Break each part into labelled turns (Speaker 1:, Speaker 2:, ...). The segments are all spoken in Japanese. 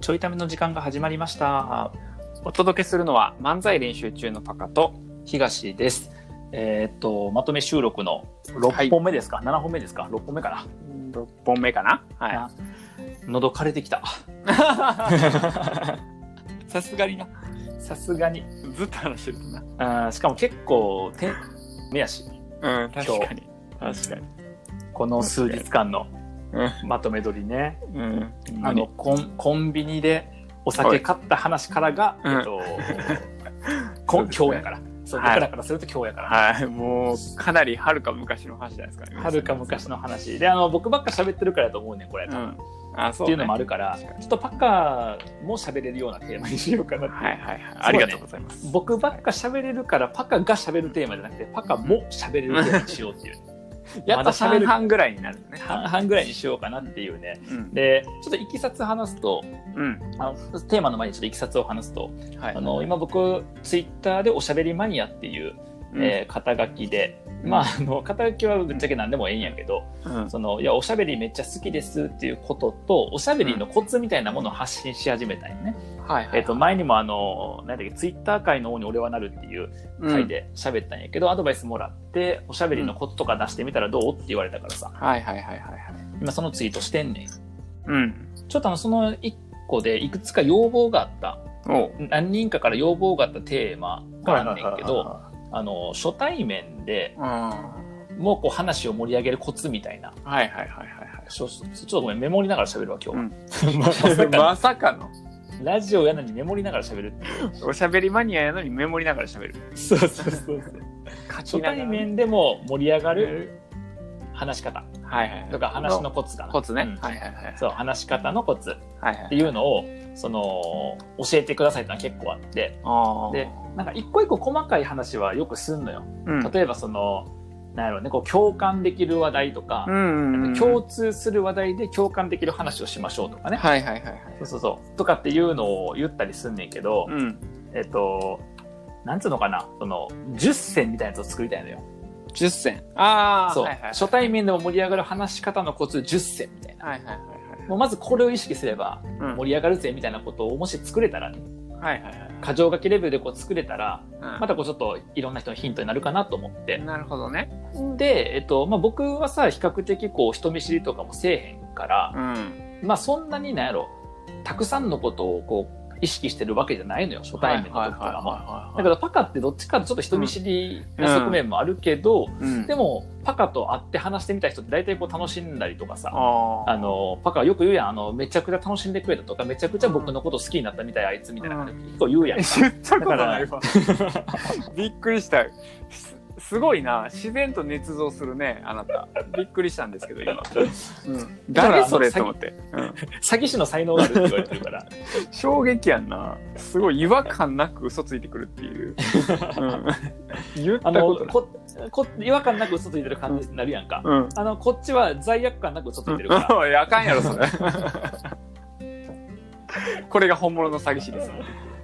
Speaker 1: ちょいための時間が始まりました。
Speaker 2: お届けするのは漫才練習中のパカと
Speaker 1: 東です。えーっと、まとめ収録の6本目ですか、?7 本目ですか ?6 本目か
Speaker 2: 6本目かなは
Speaker 1: な。喉枯れてきた。
Speaker 2: い。 さすがにな。
Speaker 1: さすがに。
Speaker 2: ずっと話してるとな。
Speaker 1: あーしかも結構、てん、目やし。
Speaker 2: うん、確かに。確かに。
Speaker 1: この数日間の
Speaker 2: うん
Speaker 1: まとめ撮りね。
Speaker 2: うん。
Speaker 1: あの、コン、コンビニでお
Speaker 2: は
Speaker 1: 酒
Speaker 2: い
Speaker 1: 買った話からが、
Speaker 2: うん
Speaker 1: えっと、こ
Speaker 2: そう
Speaker 1: 今日
Speaker 2: ですね
Speaker 1: やから。そう、
Speaker 2: はい
Speaker 1: 僕らからすると今日やから。
Speaker 2: はい、もうかなりはるか昔の話じゃないですかね。
Speaker 1: はるか昔の話であの僕ばっか喋ってるからやと思うねんこれ、
Speaker 2: う
Speaker 1: っ
Speaker 2: ん。あ、そう、
Speaker 1: ていうのもあるから
Speaker 2: 確
Speaker 1: ち
Speaker 2: か
Speaker 1: ょ
Speaker 2: に
Speaker 1: っとパッカーも喋れるようなテーマにしようかな って
Speaker 2: はいはいはい。ありがとうございます。
Speaker 1: 僕ばっか喋れるからパカが喋るテーマじゃなくてパカも喋れるテーマにしようっていうや
Speaker 2: や
Speaker 1: っ
Speaker 2: っ
Speaker 1: と
Speaker 2: と
Speaker 1: 喋
Speaker 2: 喋
Speaker 1: る
Speaker 2: る半ぐらいになるね。
Speaker 1: 半々ぐらいにしようかなっていうね
Speaker 2: うん。
Speaker 1: でちょっといきさつ話すと
Speaker 2: うん。
Speaker 1: あのテーマの前にちょっといきさつを話すと
Speaker 2: はい。
Speaker 1: あの今僕ツイッターで「おしゃべりマニア」っていう、
Speaker 2: うん、
Speaker 1: えー肩書きで、
Speaker 2: うん
Speaker 1: まああの肩書きはぶっちゃけ何でもええんやけど、
Speaker 2: うん
Speaker 1: そのいやおしゃべりめっちゃ好きですっていうこととおしゃべりのコツみたいなものを発信し始めたよね、
Speaker 2: はいはい。
Speaker 1: えっと、前にもあの何だっけツイッター界の王に俺はなるっていう
Speaker 2: うん
Speaker 1: 回。で喋ったんやけど、アドバイスもらっておしゃべりのコツとか出してみたらどうって言われたからさ
Speaker 2: はいはいはいはいはい。
Speaker 1: 今そのツイートしてんねん
Speaker 2: うん。
Speaker 1: ちょっとあのその1個でいくつか要望があった
Speaker 2: おう。
Speaker 1: 何人かから要望があったテーマがあんねんけど
Speaker 2: は
Speaker 1: あの初対面で
Speaker 2: いはいはいはい。
Speaker 1: もうこう話を盛り上げるコツみたいな
Speaker 2: うん。はいはいはいは
Speaker 1: ちょちょっとごめんメモりながら喋るわ今日、
Speaker 2: うん
Speaker 1: まさ
Speaker 2: いはい。
Speaker 1: か
Speaker 2: まさかの。
Speaker 1: ラジオやのにメモりながら喋るってい
Speaker 2: おしゃべりマニアやのにメモりながら喋る。
Speaker 1: う。そうそうそう。初対面でも盛り上がる話し方
Speaker 2: はいはいはい。
Speaker 1: とか話のコツかな。
Speaker 2: コツね。
Speaker 1: うん
Speaker 2: はいはいはい。
Speaker 1: そう、話し方のコツ
Speaker 2: はいは
Speaker 1: って
Speaker 2: い。
Speaker 1: いうのを、その、教えてくださいってのは結構あって、
Speaker 2: あー
Speaker 1: で、なんか一個一個細かい話はよくすんのよ。
Speaker 2: うん
Speaker 1: 例えばその、なんやろうね、こう共感できる話題とか
Speaker 2: う、んうんうん。
Speaker 1: 共通する話題で共感できる話をしましょうとかね。
Speaker 2: はいはいはいはい。
Speaker 1: そうそうそう。とかっていうのを言ったりすんねんけど、
Speaker 2: うん。
Speaker 1: えっと、なんつうのかな、その、10選みたいなやつを作りたいのよ。
Speaker 2: 10選。ああ。
Speaker 1: そう、
Speaker 2: はいはいはい
Speaker 1: 初対面でも盛り上がる話し方のコツ10選みたいな。
Speaker 2: はいはいはい
Speaker 1: もうまずこれを意識すれば
Speaker 2: はい。
Speaker 1: 盛り上がるぜみたいなことをもし作れたらね、
Speaker 2: りはいはいはい。
Speaker 1: 過剰書きレベルでこう作れたら、ま
Speaker 2: ま
Speaker 1: たこうちょっといろんな人のヒントになるかなと思って。
Speaker 2: なるほどね。
Speaker 1: で、えっと、まあ、僕はさ、比較的こう人見知りとかもせえへんから、
Speaker 2: うん。
Speaker 1: まあ、そんなになんやろ、たくさんのことをこう意識してるわけじゃないのよ、初対面の時とかも。
Speaker 2: は
Speaker 1: だけどパカってどっちかというとちょっと人見知りな側面もあるけど、
Speaker 2: うん
Speaker 1: でもパカと会って話してみた人って大体こう楽しんだりとかさ
Speaker 2: あー
Speaker 1: あのパカはよく言うやんあのめちゃくちゃ楽しんでくれたとかめちゃくちゃ僕のこと好きになったみたいあいつみたいな感じで結構言うやん、
Speaker 2: 言ったことないわ。 びっくりした。すすごいな。自然と捏造するね、あなた。びっくりしたんですけど、今。うん、誰それと思って、うん。
Speaker 1: 詐欺師の才能があるって言われてるから
Speaker 2: 衝撃やんな。すごい違和感なく嘘ついてくるって いう。うん、言った
Speaker 1: あ
Speaker 2: こ
Speaker 1: の
Speaker 2: とない。
Speaker 1: ここ違和感なく嘘ついてる感じになるやんか、
Speaker 2: うん
Speaker 1: あのこっちは罪悪感なく嘘ついてるから、
Speaker 2: うん、 いやあかんやろそれこれが本物の詐欺師です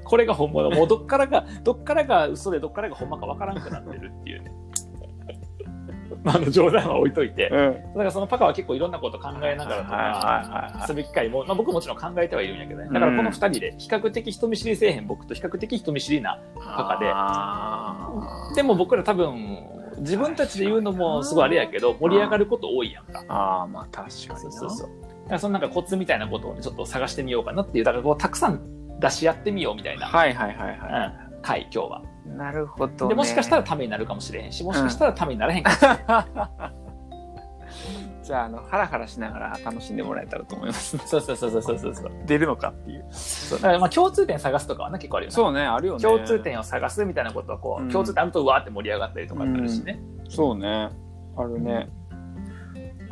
Speaker 1: これが本物もうどっからがどっからが嘘でどっからがほんまかわからんくなってるっていうねまああの冗談は置いといて、
Speaker 2: うん
Speaker 1: だからそのパカは結構いろんなこと考えながらとか
Speaker 2: はいはい
Speaker 1: する機会も、まあ、僕もちろん考えてはいるんやけどねだからこの2人で比較的人見知りせえへん僕と比較的人見知りなカで
Speaker 2: あー
Speaker 1: でも僕ら多分自分たちで言うのもすごいあれやけど盛り上がること多いやんか
Speaker 2: あーまあ確かに
Speaker 1: そうそうそうだからそのなんかコツみたいなことをねちょっと探してみようかなっていうだからこうたくさん出し合ってみようみたいな、
Speaker 2: はいはいはいは
Speaker 1: うん、回今日は、
Speaker 2: いなるほど、ね、
Speaker 1: でもしかした
Speaker 2: ら
Speaker 1: らためになるかもしれへんしもしかしたらためにならへんかもしれへん、
Speaker 2: じゃああのハラハラしながら楽しんでもらえたらと思います
Speaker 1: そうそうそうそうそうそうそう
Speaker 2: 出るのかっていう
Speaker 1: そうだからまあ共通点探すとかはね結構あるよね
Speaker 2: そうねあるよね
Speaker 1: 共通点を探すみたいなことはこう、
Speaker 2: うん
Speaker 1: 共通点あるとうわーって盛り上がったりとかってあるしね、
Speaker 2: そうねあるね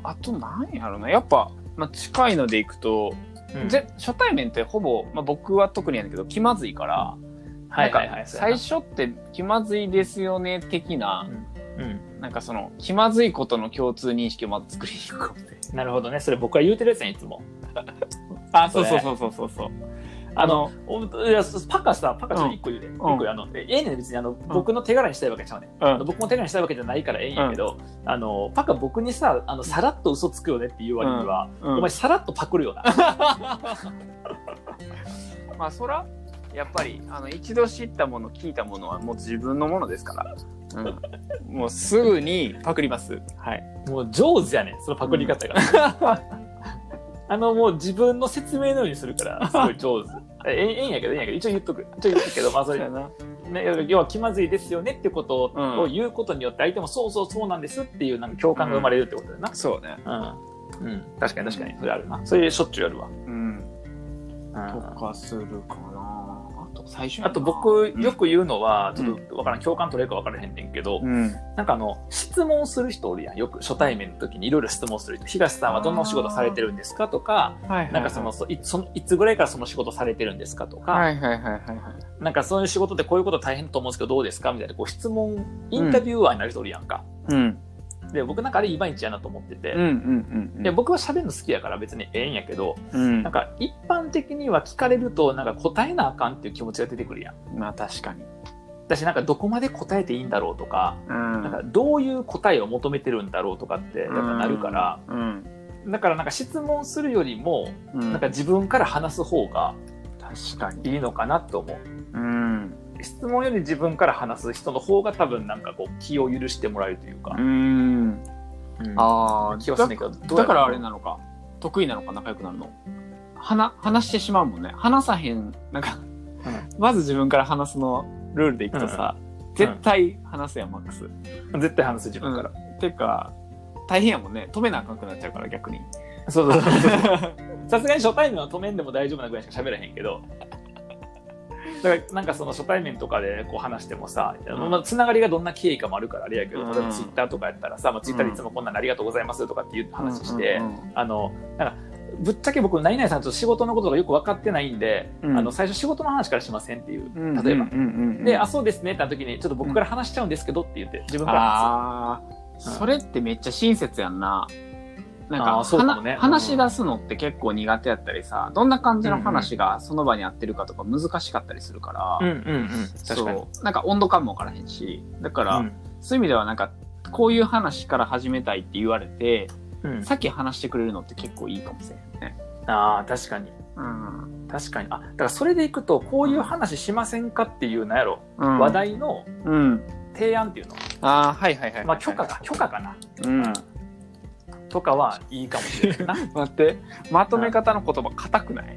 Speaker 2: あとなんやろなやっぱ、まあ、近いのでいくと、
Speaker 1: ぜ
Speaker 2: ぜ初対面ってほぼ、まあ、僕は特にやねんけど気まずいから、
Speaker 1: はいはい
Speaker 2: な
Speaker 1: はい
Speaker 2: んか最初って気まずいですよね的な、
Speaker 1: うん、
Speaker 2: なんかその気まずいことの共通認識をまず作りに行こうみたい
Speaker 1: なるほどねそれ僕は言うてるやつやんいつも
Speaker 2: な。あ
Speaker 1: そうそう
Speaker 2: そうそうそうそう。
Speaker 1: あの、おいやそパカさ、パカちょっと一個言うね。一個言うあの、えええねん別にあの、僕の手柄にしたいわけちゃうね。
Speaker 2: う
Speaker 1: あの
Speaker 2: ん。
Speaker 1: 僕も手柄にしたいわけじゃないからええんやけど、あの、パカ僕にさ、あの、さらっと嘘つくよねっていう割には、
Speaker 2: うん
Speaker 1: お前さらっとパクるよな。
Speaker 2: まあ、そら、やっぱり、あの、一度知ったもの、聞いたものはもう自分のものですから。うん。もうすぐにパクります。はい。
Speaker 1: もう上手やねんそのパクり方が。あの、もう自分の説明のようにする から、すごい上手。ええええんやけど、ええんやけど、一応言っとく。一応言っとくけど、まあそ
Speaker 2: そう
Speaker 1: れ
Speaker 2: や、な。
Speaker 1: ね、要は気まずいですよねってことを,、
Speaker 2: うん
Speaker 1: 言うことによって相手もそうそうそうなんですっていうなんか共感が生まれるってことだよな。
Speaker 2: そうね。
Speaker 1: うん。うん。確かに確かに。それあるな。それしょっちゅうやるわ。
Speaker 2: うん。と
Speaker 1: あ
Speaker 2: かするかな。あと、最初
Speaker 1: と僕よ
Speaker 2: く、
Speaker 1: く言うのは、ちょっとわからん、共感取れるかわからへんねんけど、
Speaker 2: うん。
Speaker 1: なんかあの、質問する人おるやん。よく初対面の時にいろいろ質問する人。東さんはどんなお仕事されてるんですかとか、
Speaker 2: はい
Speaker 1: なんかその、、そいそのいつぐらいからその仕事されてるんですかとか、
Speaker 2: はいはいはいはいはい。
Speaker 1: なんかそういう仕事ってこういうこと大変だと思うんですけどどうですかみたいなこう質問、インタビュアーになる人おるやんか。
Speaker 2: うん。
Speaker 1: で僕なんかあれいまいちやなと思ってて、
Speaker 2: うんうんうん。
Speaker 1: で、僕は喋るの好きやから別にええんやけど、
Speaker 2: うん
Speaker 1: なん。か一般的には聞かれるとなんか答えなあかんっていう気持ちが出てくるやん。
Speaker 2: まあ確かに。
Speaker 1: だしなんかどこまで答えていいんだろうとか、
Speaker 2: うん
Speaker 1: なんかどういう答えを求めてるんだろうとかってやっぱなるから、
Speaker 2: うん。
Speaker 1: だからなんか質問するよりも、
Speaker 2: うん
Speaker 1: なんか自分から話す方が
Speaker 2: 確かに。
Speaker 1: いいのかなと思う。
Speaker 2: うん。
Speaker 1: 質問より自分から話す人の方が多分なんかこう気を許してもらえるというか
Speaker 2: う。ん。
Speaker 1: うん
Speaker 2: ああ、
Speaker 1: 気はすんねんけど
Speaker 2: だ
Speaker 1: どうやろう
Speaker 2: だからあれなのか。得意なのか仲良くなるの。話、話してしまうもんね。話さへん。なんか、まず自分から話すのルールでいくとさ、絶対話すやん、マックス。
Speaker 1: 絶対話す自分から。
Speaker 2: てか、大変やもんね。止めなあかんくなっちゃうから、逆に。
Speaker 1: そうそうそうそう。さすがに初対面は止めんでも大丈夫なぐらいしか喋らへんけど。だからなんかその初対面とかでこう話してもさ、
Speaker 2: うん
Speaker 1: まあ、つながりがどんな経緯かもあるからあれやけど、
Speaker 2: うん
Speaker 1: 例えばツイッターとかやったらさ、まあ、ツイッターでいつもこんなんありがとうございますとかっていう 話して、あのなんかぶっちゃけ僕何々さんと仕事のことがよく分かってないんで、
Speaker 2: うん
Speaker 1: あの最初仕事の話からしませんっていう、
Speaker 2: うん、
Speaker 1: 例えば
Speaker 2: うん。うんうんうん
Speaker 1: で、あ、そうですねってなった時に、ちょっと僕から話しちゃうんですけどって言って、自分から話
Speaker 2: ああ、それってめっちゃ親切やんな。なんか
Speaker 1: あーそうかもね
Speaker 2: はな
Speaker 1: うん
Speaker 2: 話し出すのって結構苦手やったりさ、どんな感じの話がその場に合ってるかとか難しかったりするから、
Speaker 1: す。うんうんうん。確かに。
Speaker 2: そうなんか温度感もわからへんし、だから、
Speaker 1: うん
Speaker 2: そういう意味ではなんか、こういう話から始めたいって言われて、
Speaker 1: うん
Speaker 2: さっき話してくれるのって結構いいかもしれへんね。
Speaker 1: ああ、確かに。
Speaker 2: うん。
Speaker 1: 確かに。あ、だからそれでいくと、こういう話しませんかっていう、なんやろ、
Speaker 2: うん
Speaker 1: 話。題の
Speaker 2: うん。
Speaker 1: 提案っていうの。
Speaker 2: ああ、はいはいはい。
Speaker 1: まあ、許可。か、許可かな。
Speaker 2: うん。
Speaker 1: とかはいいかもし れないな。
Speaker 2: 待ってまとめ方の言葉硬くない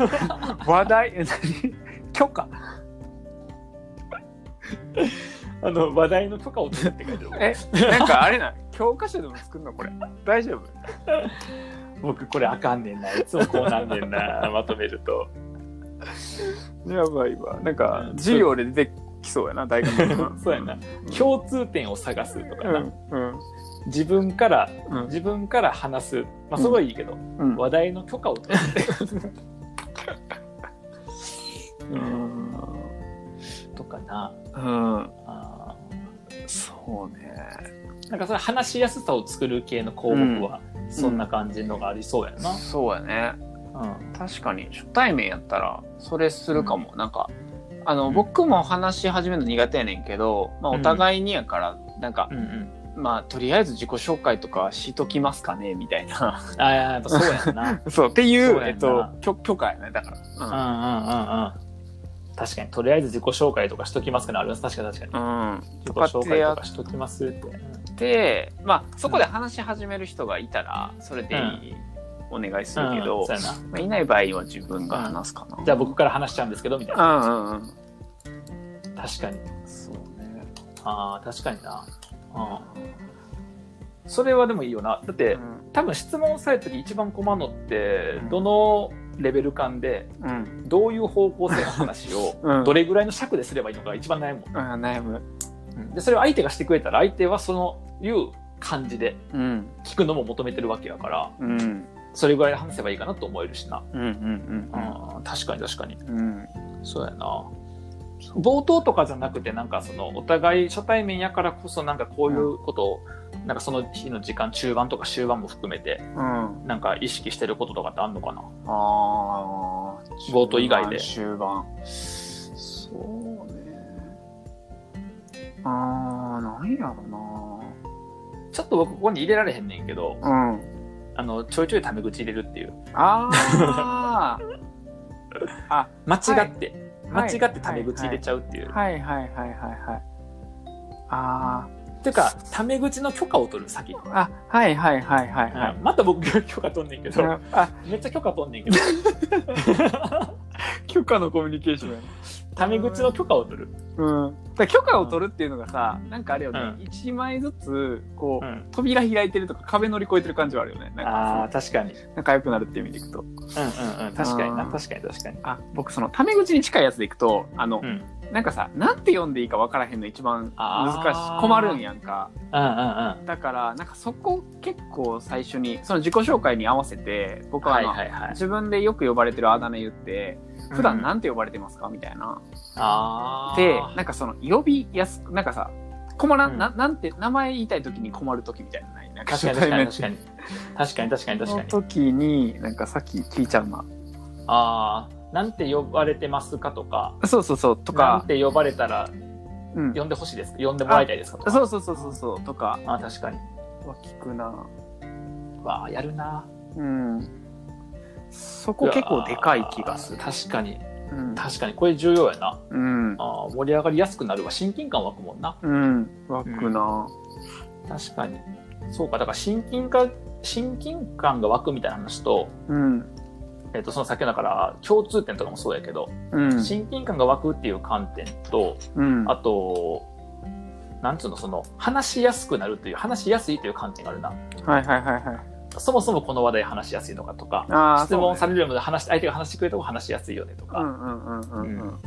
Speaker 2: 話題え何許 可
Speaker 1: あの、話題の許可を取るって書いてる。
Speaker 2: えなんかあれない教科書でも作るのこれ大丈夫
Speaker 1: 僕、これあかんねんな。いつもこうなんねんな。まとめると。
Speaker 2: やばいわなんか
Speaker 1: うん
Speaker 2: 授業で出てきそうやな大学 の
Speaker 1: そうやな。共通点を探すとか
Speaker 2: うん
Speaker 1: な。
Speaker 2: うん
Speaker 1: 自分から、
Speaker 2: うん
Speaker 1: 自分から話す。まあ、すごいいいけど、
Speaker 2: うん
Speaker 1: 話題の許可を取る。とかな。
Speaker 2: うん
Speaker 1: あ
Speaker 2: そうね
Speaker 1: ーなんかそれ話しやすさを作る系の項目は、そんな感じのがありそうやな。
Speaker 2: そうやね
Speaker 1: うん
Speaker 2: 確かに初対面やったらそれするかも、なんかあの、
Speaker 1: うん
Speaker 2: 僕も話し始めるの苦手やねんけど、まあ、お互いにやから、なんか
Speaker 1: うんうん、
Speaker 2: まあとりあえず自己紹介とかしときますかねみたいな
Speaker 1: ああやっぱそうやんな
Speaker 2: そうってい
Speaker 1: そううやんな
Speaker 2: えっと許許可やねだから
Speaker 1: うんうんうんうん確かにとりあえず自己紹介とかしときますかねあれは確かに確かに
Speaker 2: うん、うん、
Speaker 1: 自己紹介とかしときますって
Speaker 2: でまあそこで話し始める人がいたらそれでいい、お願いするけど、
Speaker 1: うんそうやな
Speaker 2: まあ、いない場合は自分が話すかな、
Speaker 1: じゃあ僕から話しちゃうんですけどみたいな
Speaker 2: うんうんうん
Speaker 1: 確かに
Speaker 2: そうね
Speaker 1: ああ確かになうんそれはでもいいよなだって、多分質問された時一番困るのって
Speaker 2: うん
Speaker 1: どのレベル感で
Speaker 2: うん
Speaker 1: どういう方向性の話を
Speaker 2: うん
Speaker 1: どれぐらいの尺ですればいいのかが一番悩む
Speaker 2: うん悩む
Speaker 1: もんでそれを相手がしてくれたら相手はそのいう感じで
Speaker 2: うん
Speaker 1: 聞くのも求めてるわけやから
Speaker 2: うんうん
Speaker 1: それぐらいで話せばいいかなと思えるしな、
Speaker 2: うんうん
Speaker 1: うん、確かに確かに
Speaker 2: うんうん
Speaker 1: そうやな冒頭とかじゃなくてなんかそのお互い初対面やからこそなんかこういうことを、なんかその日の時間中盤とか終盤も含めて
Speaker 2: うん
Speaker 1: なんか意識してることとかってあんのかな
Speaker 2: ああな。
Speaker 1: 冒頭以外で
Speaker 2: 終盤。終盤そうね。あー、なんやろ
Speaker 1: ちょっと僕ここに入れられへんねんけど、
Speaker 2: な。うん。
Speaker 1: あの、ちょいちょいタメ口入れるっていう。
Speaker 2: あー。
Speaker 1: 間違って、
Speaker 2: はい
Speaker 1: 間違ってタメ口入れちゃうっていう。
Speaker 2: はいはいはいはいはい。あ
Speaker 1: ていうか、タメ口の許可を取る先。
Speaker 2: ー。あ、はいはいはいはいは
Speaker 1: はい
Speaker 2: い。
Speaker 1: また僕許可取んねんけど、
Speaker 2: あ、
Speaker 1: めっちゃ許可取んねんけど、
Speaker 2: 許可のコミュニケーションや
Speaker 1: タメ口の許可を取る。
Speaker 2: うん。だから許可を取るっていうのがさ、なんかあれよね、
Speaker 1: う
Speaker 2: 一枚ずつ、こう、
Speaker 1: ん。
Speaker 2: 扉開いてるとか壁乗り越えてる感じはあるよね。なん
Speaker 1: ああ、
Speaker 2: か
Speaker 1: 確かに。うん
Speaker 2: その仲良くなるっていう意味でいくと。
Speaker 1: うんうん。確かにな。
Speaker 2: あー
Speaker 1: 確かに確かに。
Speaker 2: あ、僕そのタメ口に近いやつでいくと、あの、
Speaker 1: うん。うんうん
Speaker 2: なんかさ、なんて読んでいいか分からへんの一番難し
Speaker 1: あ
Speaker 2: い。
Speaker 1: ー
Speaker 2: 困るんやんか。
Speaker 1: うん。
Speaker 2: だから、なんかそこ結構最初に、その自己紹介に合わせて、僕はあ
Speaker 1: はい
Speaker 2: の、
Speaker 1: はいはい。
Speaker 2: 自分でよく呼ばれてるあだ名言って、普段
Speaker 1: うん
Speaker 2: なんて呼ばれてますかみたいな。
Speaker 1: ああ。
Speaker 2: で、なんかその呼びやすく、なんかさ、困らん、
Speaker 1: うん
Speaker 2: ななんて、名前言いたい時に困る時みたいなのない。なんか
Speaker 1: 確かに確かに確 かに。確かに確かに確か
Speaker 2: の
Speaker 1: に。
Speaker 2: 時に、なんかさっき聞いちゃうな。
Speaker 1: ああ、なんて呼ばれてますかとか、
Speaker 2: そうそうそう、
Speaker 1: と
Speaker 2: と
Speaker 1: かな
Speaker 2: か
Speaker 1: ん、て呼ばれたら
Speaker 2: うん。
Speaker 1: 呼んでほしいですか呼んでもらいたいですかとか。
Speaker 2: そうそうそうそうそう、とか
Speaker 1: あー確かに。
Speaker 2: は聞くな。
Speaker 1: わあ、やるな。
Speaker 2: うん。そこ結構でかい気がする。
Speaker 1: 確かに。
Speaker 2: うん。
Speaker 1: 確かに。これ重要やな。
Speaker 2: うん。
Speaker 1: あー盛り上がりやすくなるわ。親近感湧くもんな。
Speaker 2: うん。湧くな。
Speaker 1: 確かに。そうか。だから親近感、親近感が湧くみたいな話と、
Speaker 2: うん。
Speaker 1: えっ、と、その先だから、共通点とかもそうやけど、
Speaker 2: うん。
Speaker 1: 親近感が湧くっていう観点と、
Speaker 2: うん。
Speaker 1: あと、なんつうの、その、話しやすくなるという、話しやすいという観点があるな。
Speaker 2: はいはいはいはい。
Speaker 1: そもそもこの話題話しやすいのかとか、
Speaker 2: ああ、
Speaker 1: 質問
Speaker 2: そ
Speaker 1: さ
Speaker 2: うね
Speaker 1: れるので話し、相手が話してくれた方が話しやすいよねと
Speaker 2: う
Speaker 1: か。
Speaker 2: んうんうんうんうん。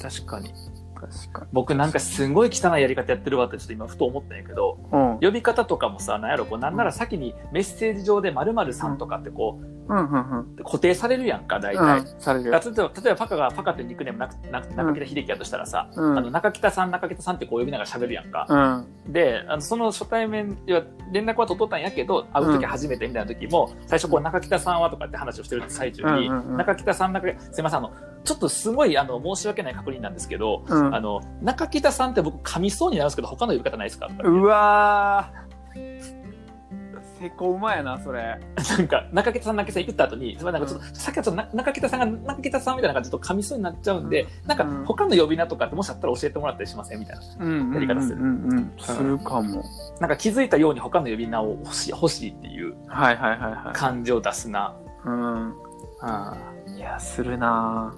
Speaker 1: 確かに。
Speaker 2: 確か
Speaker 1: 僕なんかすごい汚いやり方やってるわってちょっと今ふと思ったんやけど、
Speaker 2: に。うん。
Speaker 1: 呼び方とかもさ、なんやろ、こうなんなら先にメッセージ上で〇〇さんとかってこう、
Speaker 2: うんうん
Speaker 1: 固定されるやんか、大
Speaker 2: うん。う
Speaker 1: 体。
Speaker 2: ん。される
Speaker 1: だ。から例えば、例えばパカがパカってニックネームなくなく中北秀樹やとしたらさ、
Speaker 2: うん。う
Speaker 1: あの
Speaker 2: ん。
Speaker 1: 中北さん、中北さんってこう呼びながら喋るやんか。
Speaker 2: うん。
Speaker 1: であのその初対面いや連絡は取っとったんやけど会う時初めてみたいな時も、最初こう中北さんはとかって話をしてる最中に、
Speaker 2: うんうんうん
Speaker 1: 中北さん中北すいませんあのちょっとすごいあの申し訳ない確認なんですけど、
Speaker 2: うん
Speaker 1: あの中北さんって僕噛みそうになるんですけど他の呼び方ないですかとか
Speaker 2: うわー。せこうまやな、それ。
Speaker 1: なんか中北さん中北さん言った後にすいませんなんかちょっと、さっきはちょっとな中北さんが中北さんみたいな感じでちょっと噛みそうになっちゃうんで、なんか
Speaker 2: うん
Speaker 1: 他の呼び名とかってもしあったら教えてもらったりしませんみたいな
Speaker 2: うん。
Speaker 1: やり方する
Speaker 2: うんうんうん。するかも。
Speaker 1: なんか気づいたように他の呼び名を欲しい欲しいっていう
Speaker 2: はいはいはいはい。
Speaker 1: 感情を出すな。
Speaker 2: うん。
Speaker 1: うん
Speaker 2: いや、するな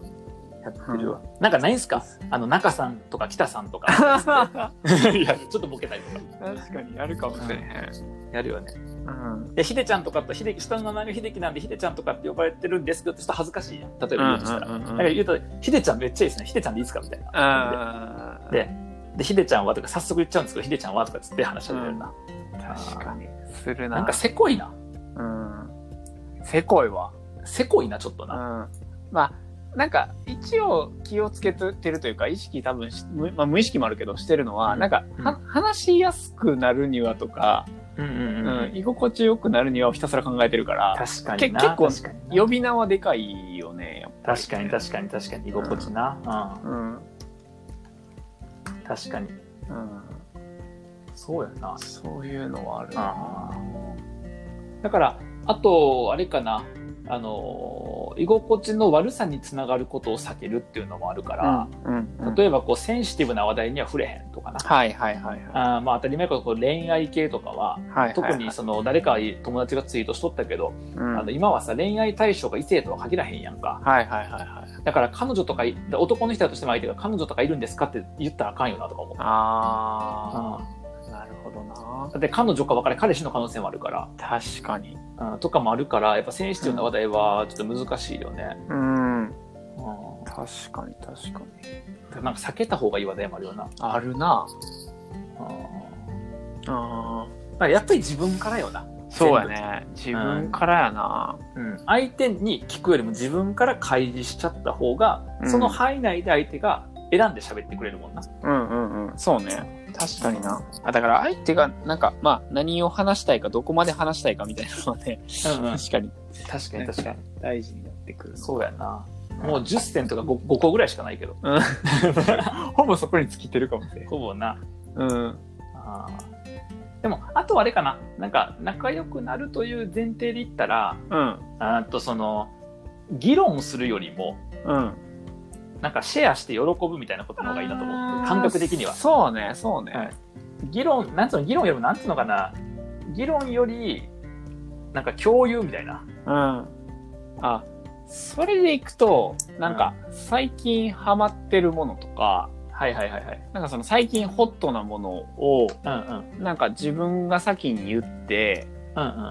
Speaker 1: やってるわ。なんかないんすかあの、中さんとか北さんとか。
Speaker 2: 確か
Speaker 1: いや、ちょっとボケたりとか。
Speaker 2: に、やるかもしれへん。
Speaker 1: やるよね。
Speaker 2: うん。
Speaker 1: で、ひでちゃんとかと、ひで、下の名前がひできなんで、ひでちゃんとかって呼ばれてるんですけど、ちょっと恥ずかしいやん。例えば言うとしたら。
Speaker 2: うんうんうんうん
Speaker 1: なんか言うと、ひでちゃんめっちゃいいですね。ひでちゃんでいいですかみたいな。
Speaker 2: あー
Speaker 1: で、で、ひでちゃんはとか、早速言っちゃうんですけど、ひでちゃんはとかつって話し始めるな。
Speaker 2: 確かに。するな
Speaker 1: なんかせこいな。
Speaker 2: うん。せこいわ。
Speaker 1: せこいな、ちょっと
Speaker 2: う
Speaker 1: な。
Speaker 2: ん。まあ、なんか、一応気をつけてるというか、意識多分し、むまあ、無意識もあるけど、してるのは、
Speaker 1: うん
Speaker 2: なんか、は話しやすくなるにはとか、
Speaker 1: うんうん
Speaker 2: う、
Speaker 1: うんんうん。
Speaker 2: 居心地よくなるにはをひたすら考えてるから、
Speaker 1: 確か
Speaker 2: け
Speaker 1: にな。
Speaker 2: 結構
Speaker 1: 確かにな
Speaker 2: 呼び名はでかいよね、やっぱり。
Speaker 1: 確かに確かに確かに居心地な。
Speaker 2: う
Speaker 1: う
Speaker 2: ん。
Speaker 1: ん。確かに。
Speaker 2: うん。
Speaker 1: そうやな。
Speaker 2: そういうのはある
Speaker 1: あだからあとあれかなあの居心地の悪さにつながることを避けるっていうのもあるから、
Speaker 2: うん
Speaker 1: 例えばこうセンシティブな話題には触れへんとかな、
Speaker 2: はいはいはいはい。
Speaker 1: あーまあ、当たり前かこう恋愛系とかは
Speaker 2: はい
Speaker 1: 特にその誰か友達がツイートしとったけど、
Speaker 2: うん
Speaker 1: あの今はさ恋愛対象が異性とは限らへんやんか
Speaker 2: はいはいはいはい。
Speaker 1: だから彼女とかい男の人だとしても相手が彼女とかいるんですかって言ったらあかんよなとか思う、
Speaker 2: ああ、なるほどな。
Speaker 1: だって彼女か別れ彼氏の可能性もあるから、
Speaker 2: 確かに。
Speaker 1: うんとかもあるからやっぱセンシティブな話題はちょっと難しいよね、
Speaker 2: うん。
Speaker 1: う
Speaker 2: 確かに確かに。
Speaker 1: んなんか避けた方がいい話題もあるよな。
Speaker 2: あるな。
Speaker 1: うん
Speaker 2: あ
Speaker 1: まあやっぱり自分からよな。
Speaker 2: そうやね。自分からやな。
Speaker 1: うん、相手に聞くよりも自分から開示しちゃった方が、
Speaker 2: うん
Speaker 1: その範囲内で相手が選んで喋ってくれるもんな。
Speaker 2: うんうんうん。そうね。確かにな。あ、だから相手が、なんか、まあ、何を話したいか、どこまで話したいかみたいなのはね、
Speaker 1: うんうん、
Speaker 2: 確かに
Speaker 1: 確かに確かに。
Speaker 2: 大事になってってくるの
Speaker 1: そうやな。もう10点とか 5, 5個ぐらいしかないけど。
Speaker 2: うんほぼそこに尽きてるかもしれない。
Speaker 1: ほぼな。
Speaker 2: うん。
Speaker 1: あーでも、あとはあれかな。なんか、仲良くなるという前提で言ったら、
Speaker 2: うん。
Speaker 1: あーっとその、議論するよりも、
Speaker 2: うん。
Speaker 1: なんかシェアして喜ぶみたいなことの方がいいなと思う。感覚的には。
Speaker 2: そうね、そうね。
Speaker 1: はい議論、なんつうの、議論よりも、なんつうのかな。議論より、なんか共有みたいな。
Speaker 2: うん。あ、それでいくと、なんか、最近ハマってるものとか、
Speaker 1: はいはいはいはい。
Speaker 2: なんかその最近ホットなものを、
Speaker 1: うんうん。
Speaker 2: なんか自分が先に言って、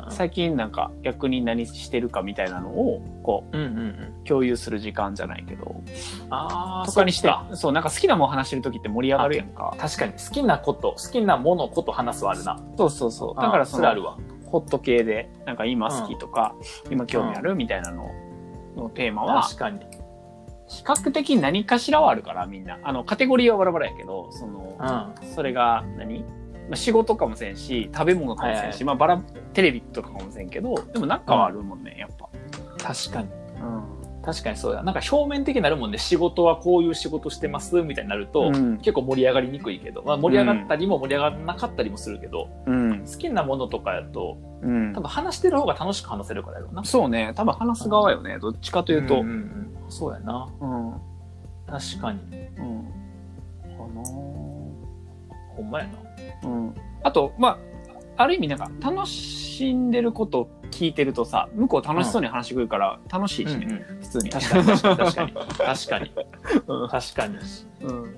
Speaker 2: 最近なんか逆に何してるかみたいなのを、こ
Speaker 1: うんうんうん。
Speaker 2: う、共有する時間じゃないけど、
Speaker 1: ああ、
Speaker 2: とかにして
Speaker 1: そっか、
Speaker 2: そう、なんか好きなもん話してる時って盛り上がるやんか。
Speaker 1: 確かに好きなこと、好きなものこと話すはあるな。
Speaker 2: そうそうそう。だ
Speaker 1: だ
Speaker 2: か
Speaker 1: からら
Speaker 2: そ
Speaker 1: それあ
Speaker 2: の、
Speaker 1: るわ。
Speaker 2: ホット系で、なんか今好きとか、今興味あるみたいなののテーマは、
Speaker 1: 確かに。
Speaker 2: 比較的何かしらはあるからみんなあのカテゴリーはバラバラやけどその
Speaker 1: うん。
Speaker 2: それが何、まあ、仕事かもせんし食べ物かもせんし、
Speaker 1: はいはい
Speaker 2: まあ、バラテレビとかかもせんけどでもなんかはあるもんねやっぱ、
Speaker 1: 確かに。
Speaker 2: う
Speaker 1: 確かにそうだ。なんか表面的になるもんね。仕事はこういう仕事してますみたいになると、
Speaker 2: うん
Speaker 1: 結構盛り上がりにくいけど、まあ、盛り上がったりも盛り上がらなかったりもするけど、
Speaker 2: ん
Speaker 1: 好きなものとかやと、
Speaker 2: うん
Speaker 1: 多分話してる方が楽しく話せるからやろうな。
Speaker 2: そうね多分話す側よねどっちかと
Speaker 1: と
Speaker 2: い
Speaker 1: いううと、
Speaker 2: と
Speaker 1: そうやな。
Speaker 2: うん、うん
Speaker 1: 確かに。ほんまやな。
Speaker 2: うん、あとまあある意味なんか楽しんでることを聞いてるとさ向こう楽しそうに話してくるから楽しいしね、普通に
Speaker 1: 確かに確かに確かに確かに
Speaker 2: うん
Speaker 1: 確かに
Speaker 2: うん、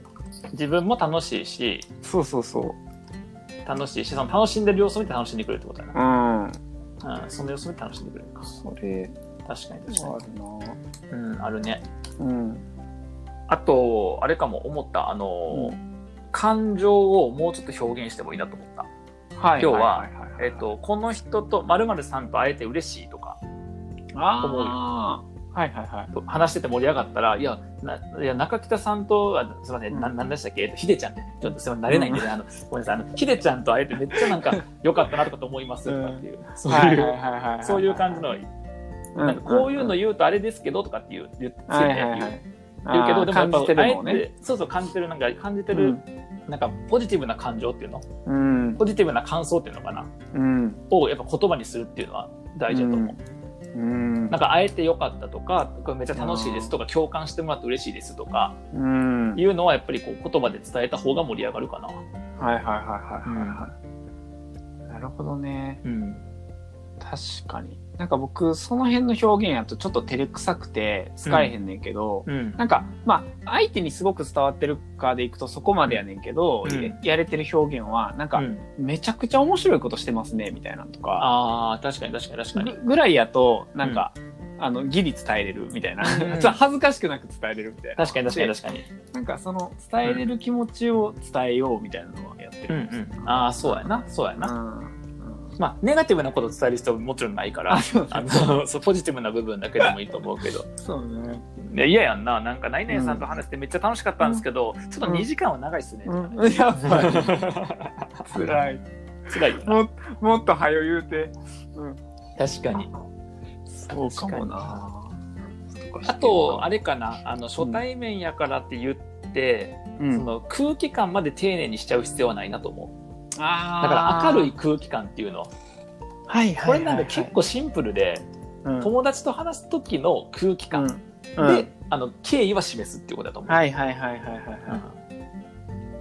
Speaker 1: 自分も楽しいし
Speaker 2: そうそうそう
Speaker 1: 楽しいしその楽しんでる様子見て楽しんでくれるってことだ
Speaker 2: うん
Speaker 1: な、うん、その様子見て楽しんでくれるか
Speaker 2: それ
Speaker 1: 確かに確か
Speaker 2: はあるな
Speaker 1: に、うん、あるね
Speaker 2: うん
Speaker 1: あとあれかも思ったあのー、感情をもうちょっと表現してもいいなと思った
Speaker 2: はい
Speaker 1: 今日はい
Speaker 2: いい
Speaker 1: えっ、とこの人と〇〇さんと会えて嬉しいとか
Speaker 2: ああはいはいはい
Speaker 1: と話してて盛り上がったら、いや、ないや中北さんと、あすみません、な
Speaker 2: うん
Speaker 1: なんでしたっけ、えっと、ひでちゃんね、ちょっとすみません、慣れないんでね、あの、ごめんなさい、あの、ひでちゃんと会えてめっちゃなんか、良かったなとかと思いますとかっていう、そう、
Speaker 2: はいいはいうはいはい
Speaker 1: そういう感じの、なんかこういうの言うとあれですけどとかっていう、言って、
Speaker 2: はいはいはい
Speaker 1: 言うけど、でもやっぱ、
Speaker 2: 感じてるもん
Speaker 1: あえ
Speaker 2: ね
Speaker 1: て、そうそう、感じてる、なんか、感じて
Speaker 2: う
Speaker 1: る
Speaker 2: ん、
Speaker 1: なんか、ポジティブな感情っていうの、
Speaker 2: うん
Speaker 1: ポジティブな感想っていうのかな、
Speaker 2: うん
Speaker 1: をやっぱ言葉にするっていうのは大事だと思う。
Speaker 2: うん
Speaker 1: なんか、会えて良かったとか、これめっちゃ楽しいですとか、共感してもらって嬉しいですとか、
Speaker 2: うんはい
Speaker 1: いうのはやっぱりこう言葉で伝えた方が盛り上がるかな。
Speaker 2: はいはいはいはいはいなるほどね
Speaker 1: うん。
Speaker 2: 確かになんか僕その辺の表現やとちょっと照れくさくて好かれへんねんけど、
Speaker 1: うん。
Speaker 2: なんか、まあ、相手にすごく伝わってるかでいくとそこまでやねんけど、
Speaker 1: うん
Speaker 2: ややれてる表現は、なんか、めちゃくちゃ面白いことしてますね、みたいなのとか、
Speaker 1: ああ、確かに確かに確かに。
Speaker 2: ぐぐらいやと、なんか、あの、ギリ伝えれるみたいな。
Speaker 1: うん
Speaker 2: ちょ っと恥ずかしくなく伝えれるみたいな。
Speaker 1: 確かに確かに確かに。
Speaker 2: なんか、その、伝えれる気持ちを伝えようみたいなのはやってるですね
Speaker 1: ああ、そうやな。そうやな。
Speaker 2: うんうん
Speaker 1: まあ、ネガティブなことを伝える人ももちろんないから
Speaker 2: あ、、そ う
Speaker 1: あ
Speaker 2: だね。
Speaker 1: の、そうポジティブな部分だけでもいいと思うけど。
Speaker 2: そう
Speaker 1: い
Speaker 2: ね。
Speaker 1: や、嫌やんな。なんか、ナイナイさんと話してめっちゃ楽しかったんですけど、ちょっと2時間は長いっすね。
Speaker 2: うん、やっぱ り、 辛い。
Speaker 1: 辛いよな。
Speaker 2: もっ、もっと早言うて。
Speaker 1: 確かに。
Speaker 2: そうかもな。
Speaker 1: あと、あれかな。あの、初対面やからって言って、
Speaker 2: うん
Speaker 1: その空気感まで丁寧にしちゃう必要はないなと思う。
Speaker 2: あ
Speaker 1: だから明るい
Speaker 2: ー、
Speaker 1: 空気感っていうの
Speaker 2: はい
Speaker 1: これなんか結構シンプルで
Speaker 2: 構
Speaker 1: 友達と話す時の空気感
Speaker 2: で
Speaker 1: で、あの敬意は示すっていうことだと思う、
Speaker 2: はいはいはいはいはい
Speaker 1: うん
Speaker 2: は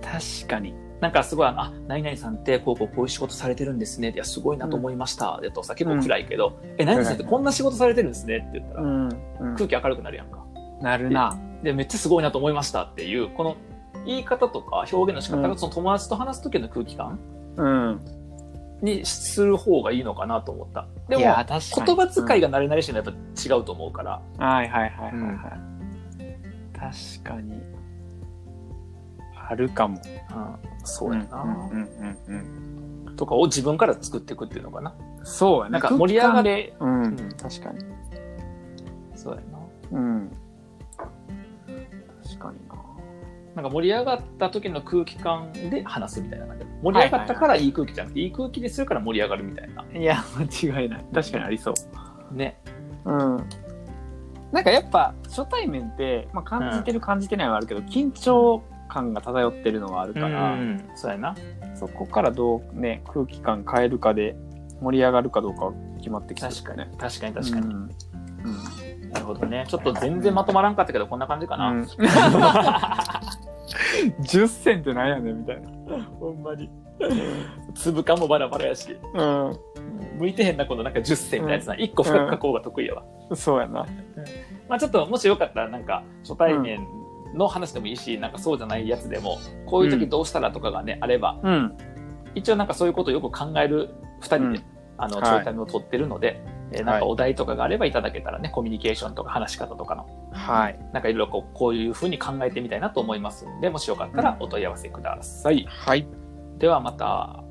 Speaker 1: 確かになんかすごいあの「あ何々さんってこうこうこういう仕事されてるんですね」って「いやすごいなと思いました」だとさ結構暗いけど「え何々さんってこんな仕事されてるんですね」って言ったら、
Speaker 2: い。ん。
Speaker 1: 空気明るくなるやんか
Speaker 2: なるな。
Speaker 1: でめっちゃすごいなと思いましたっていうこの言い方とか表現の仕方
Speaker 2: う
Speaker 1: が
Speaker 2: ん
Speaker 1: その友達と話す時の空気感
Speaker 2: うん。
Speaker 1: にする方がいいのかなと思ったで
Speaker 2: い
Speaker 1: も
Speaker 2: や、確か
Speaker 1: 言
Speaker 2: に。
Speaker 1: 葉遣いが慣れ慣れしいのはやっぱ違うと思うから、
Speaker 2: うん。はいはいはいはいは
Speaker 1: う
Speaker 2: い。確かに。あるかも。
Speaker 1: そうやな、
Speaker 2: うんうんうん
Speaker 1: とかを自分から作っていくっていうのかな、
Speaker 2: うん。そうやね
Speaker 1: なんか盛り上が。れ
Speaker 2: 空気感で
Speaker 1: う
Speaker 2: うんん。確かに。
Speaker 1: そうやな
Speaker 2: うん。確かにな。
Speaker 1: なんか盛り上がった時の空気感で話すみたいな感じ盛り上がったからいい空気じゃなくて、いい空気でするから盛り上がるみたいない
Speaker 2: や、間違いない。確かにありそう。
Speaker 1: ね
Speaker 2: うん。なんかやっぱ初対面って、まあ、感じてる感じてないはあるけど、緊張感が漂ってるのはある
Speaker 1: う
Speaker 2: か
Speaker 1: んう
Speaker 2: ら、
Speaker 1: ん、そうやな。
Speaker 2: そこからどうね空気感変えるかで盛り上がるかどうかは決まってきてる
Speaker 1: 確か
Speaker 2: ね
Speaker 1: に、確かに、確かに。
Speaker 2: うんうん
Speaker 1: なるほどね。ちょっと全然まとまらんかったけど、こんな感じかな。
Speaker 2: うん 10選ってなんやねんみたいな。
Speaker 1: ほんまに。 粒感もバラバラやし、向いてへんな、このなんか10選みたいなやつな。1個深く書こうが得意やわ。
Speaker 2: うん、そうやな。
Speaker 1: まあちょっと、もしよかったら、なんか、初対面の話でもいいし、なんかそうじゃないやつでも、こういう時どうしたらとかがね、あれば、
Speaker 2: うん。
Speaker 1: 一応なんかそういうことをよく考える2人で、
Speaker 2: うん
Speaker 1: あの、
Speaker 2: はい
Speaker 1: ちょいタイムを取ってるので、えーなんかお題とかがあればいただけたらね、コミュニケーションとか話し方とかの
Speaker 2: はい。
Speaker 1: なんかいろいろこうこういうふうに考えてみたいなと思いますんで、もしよかったらお問い合わせください。
Speaker 2: はい。
Speaker 1: ではまた。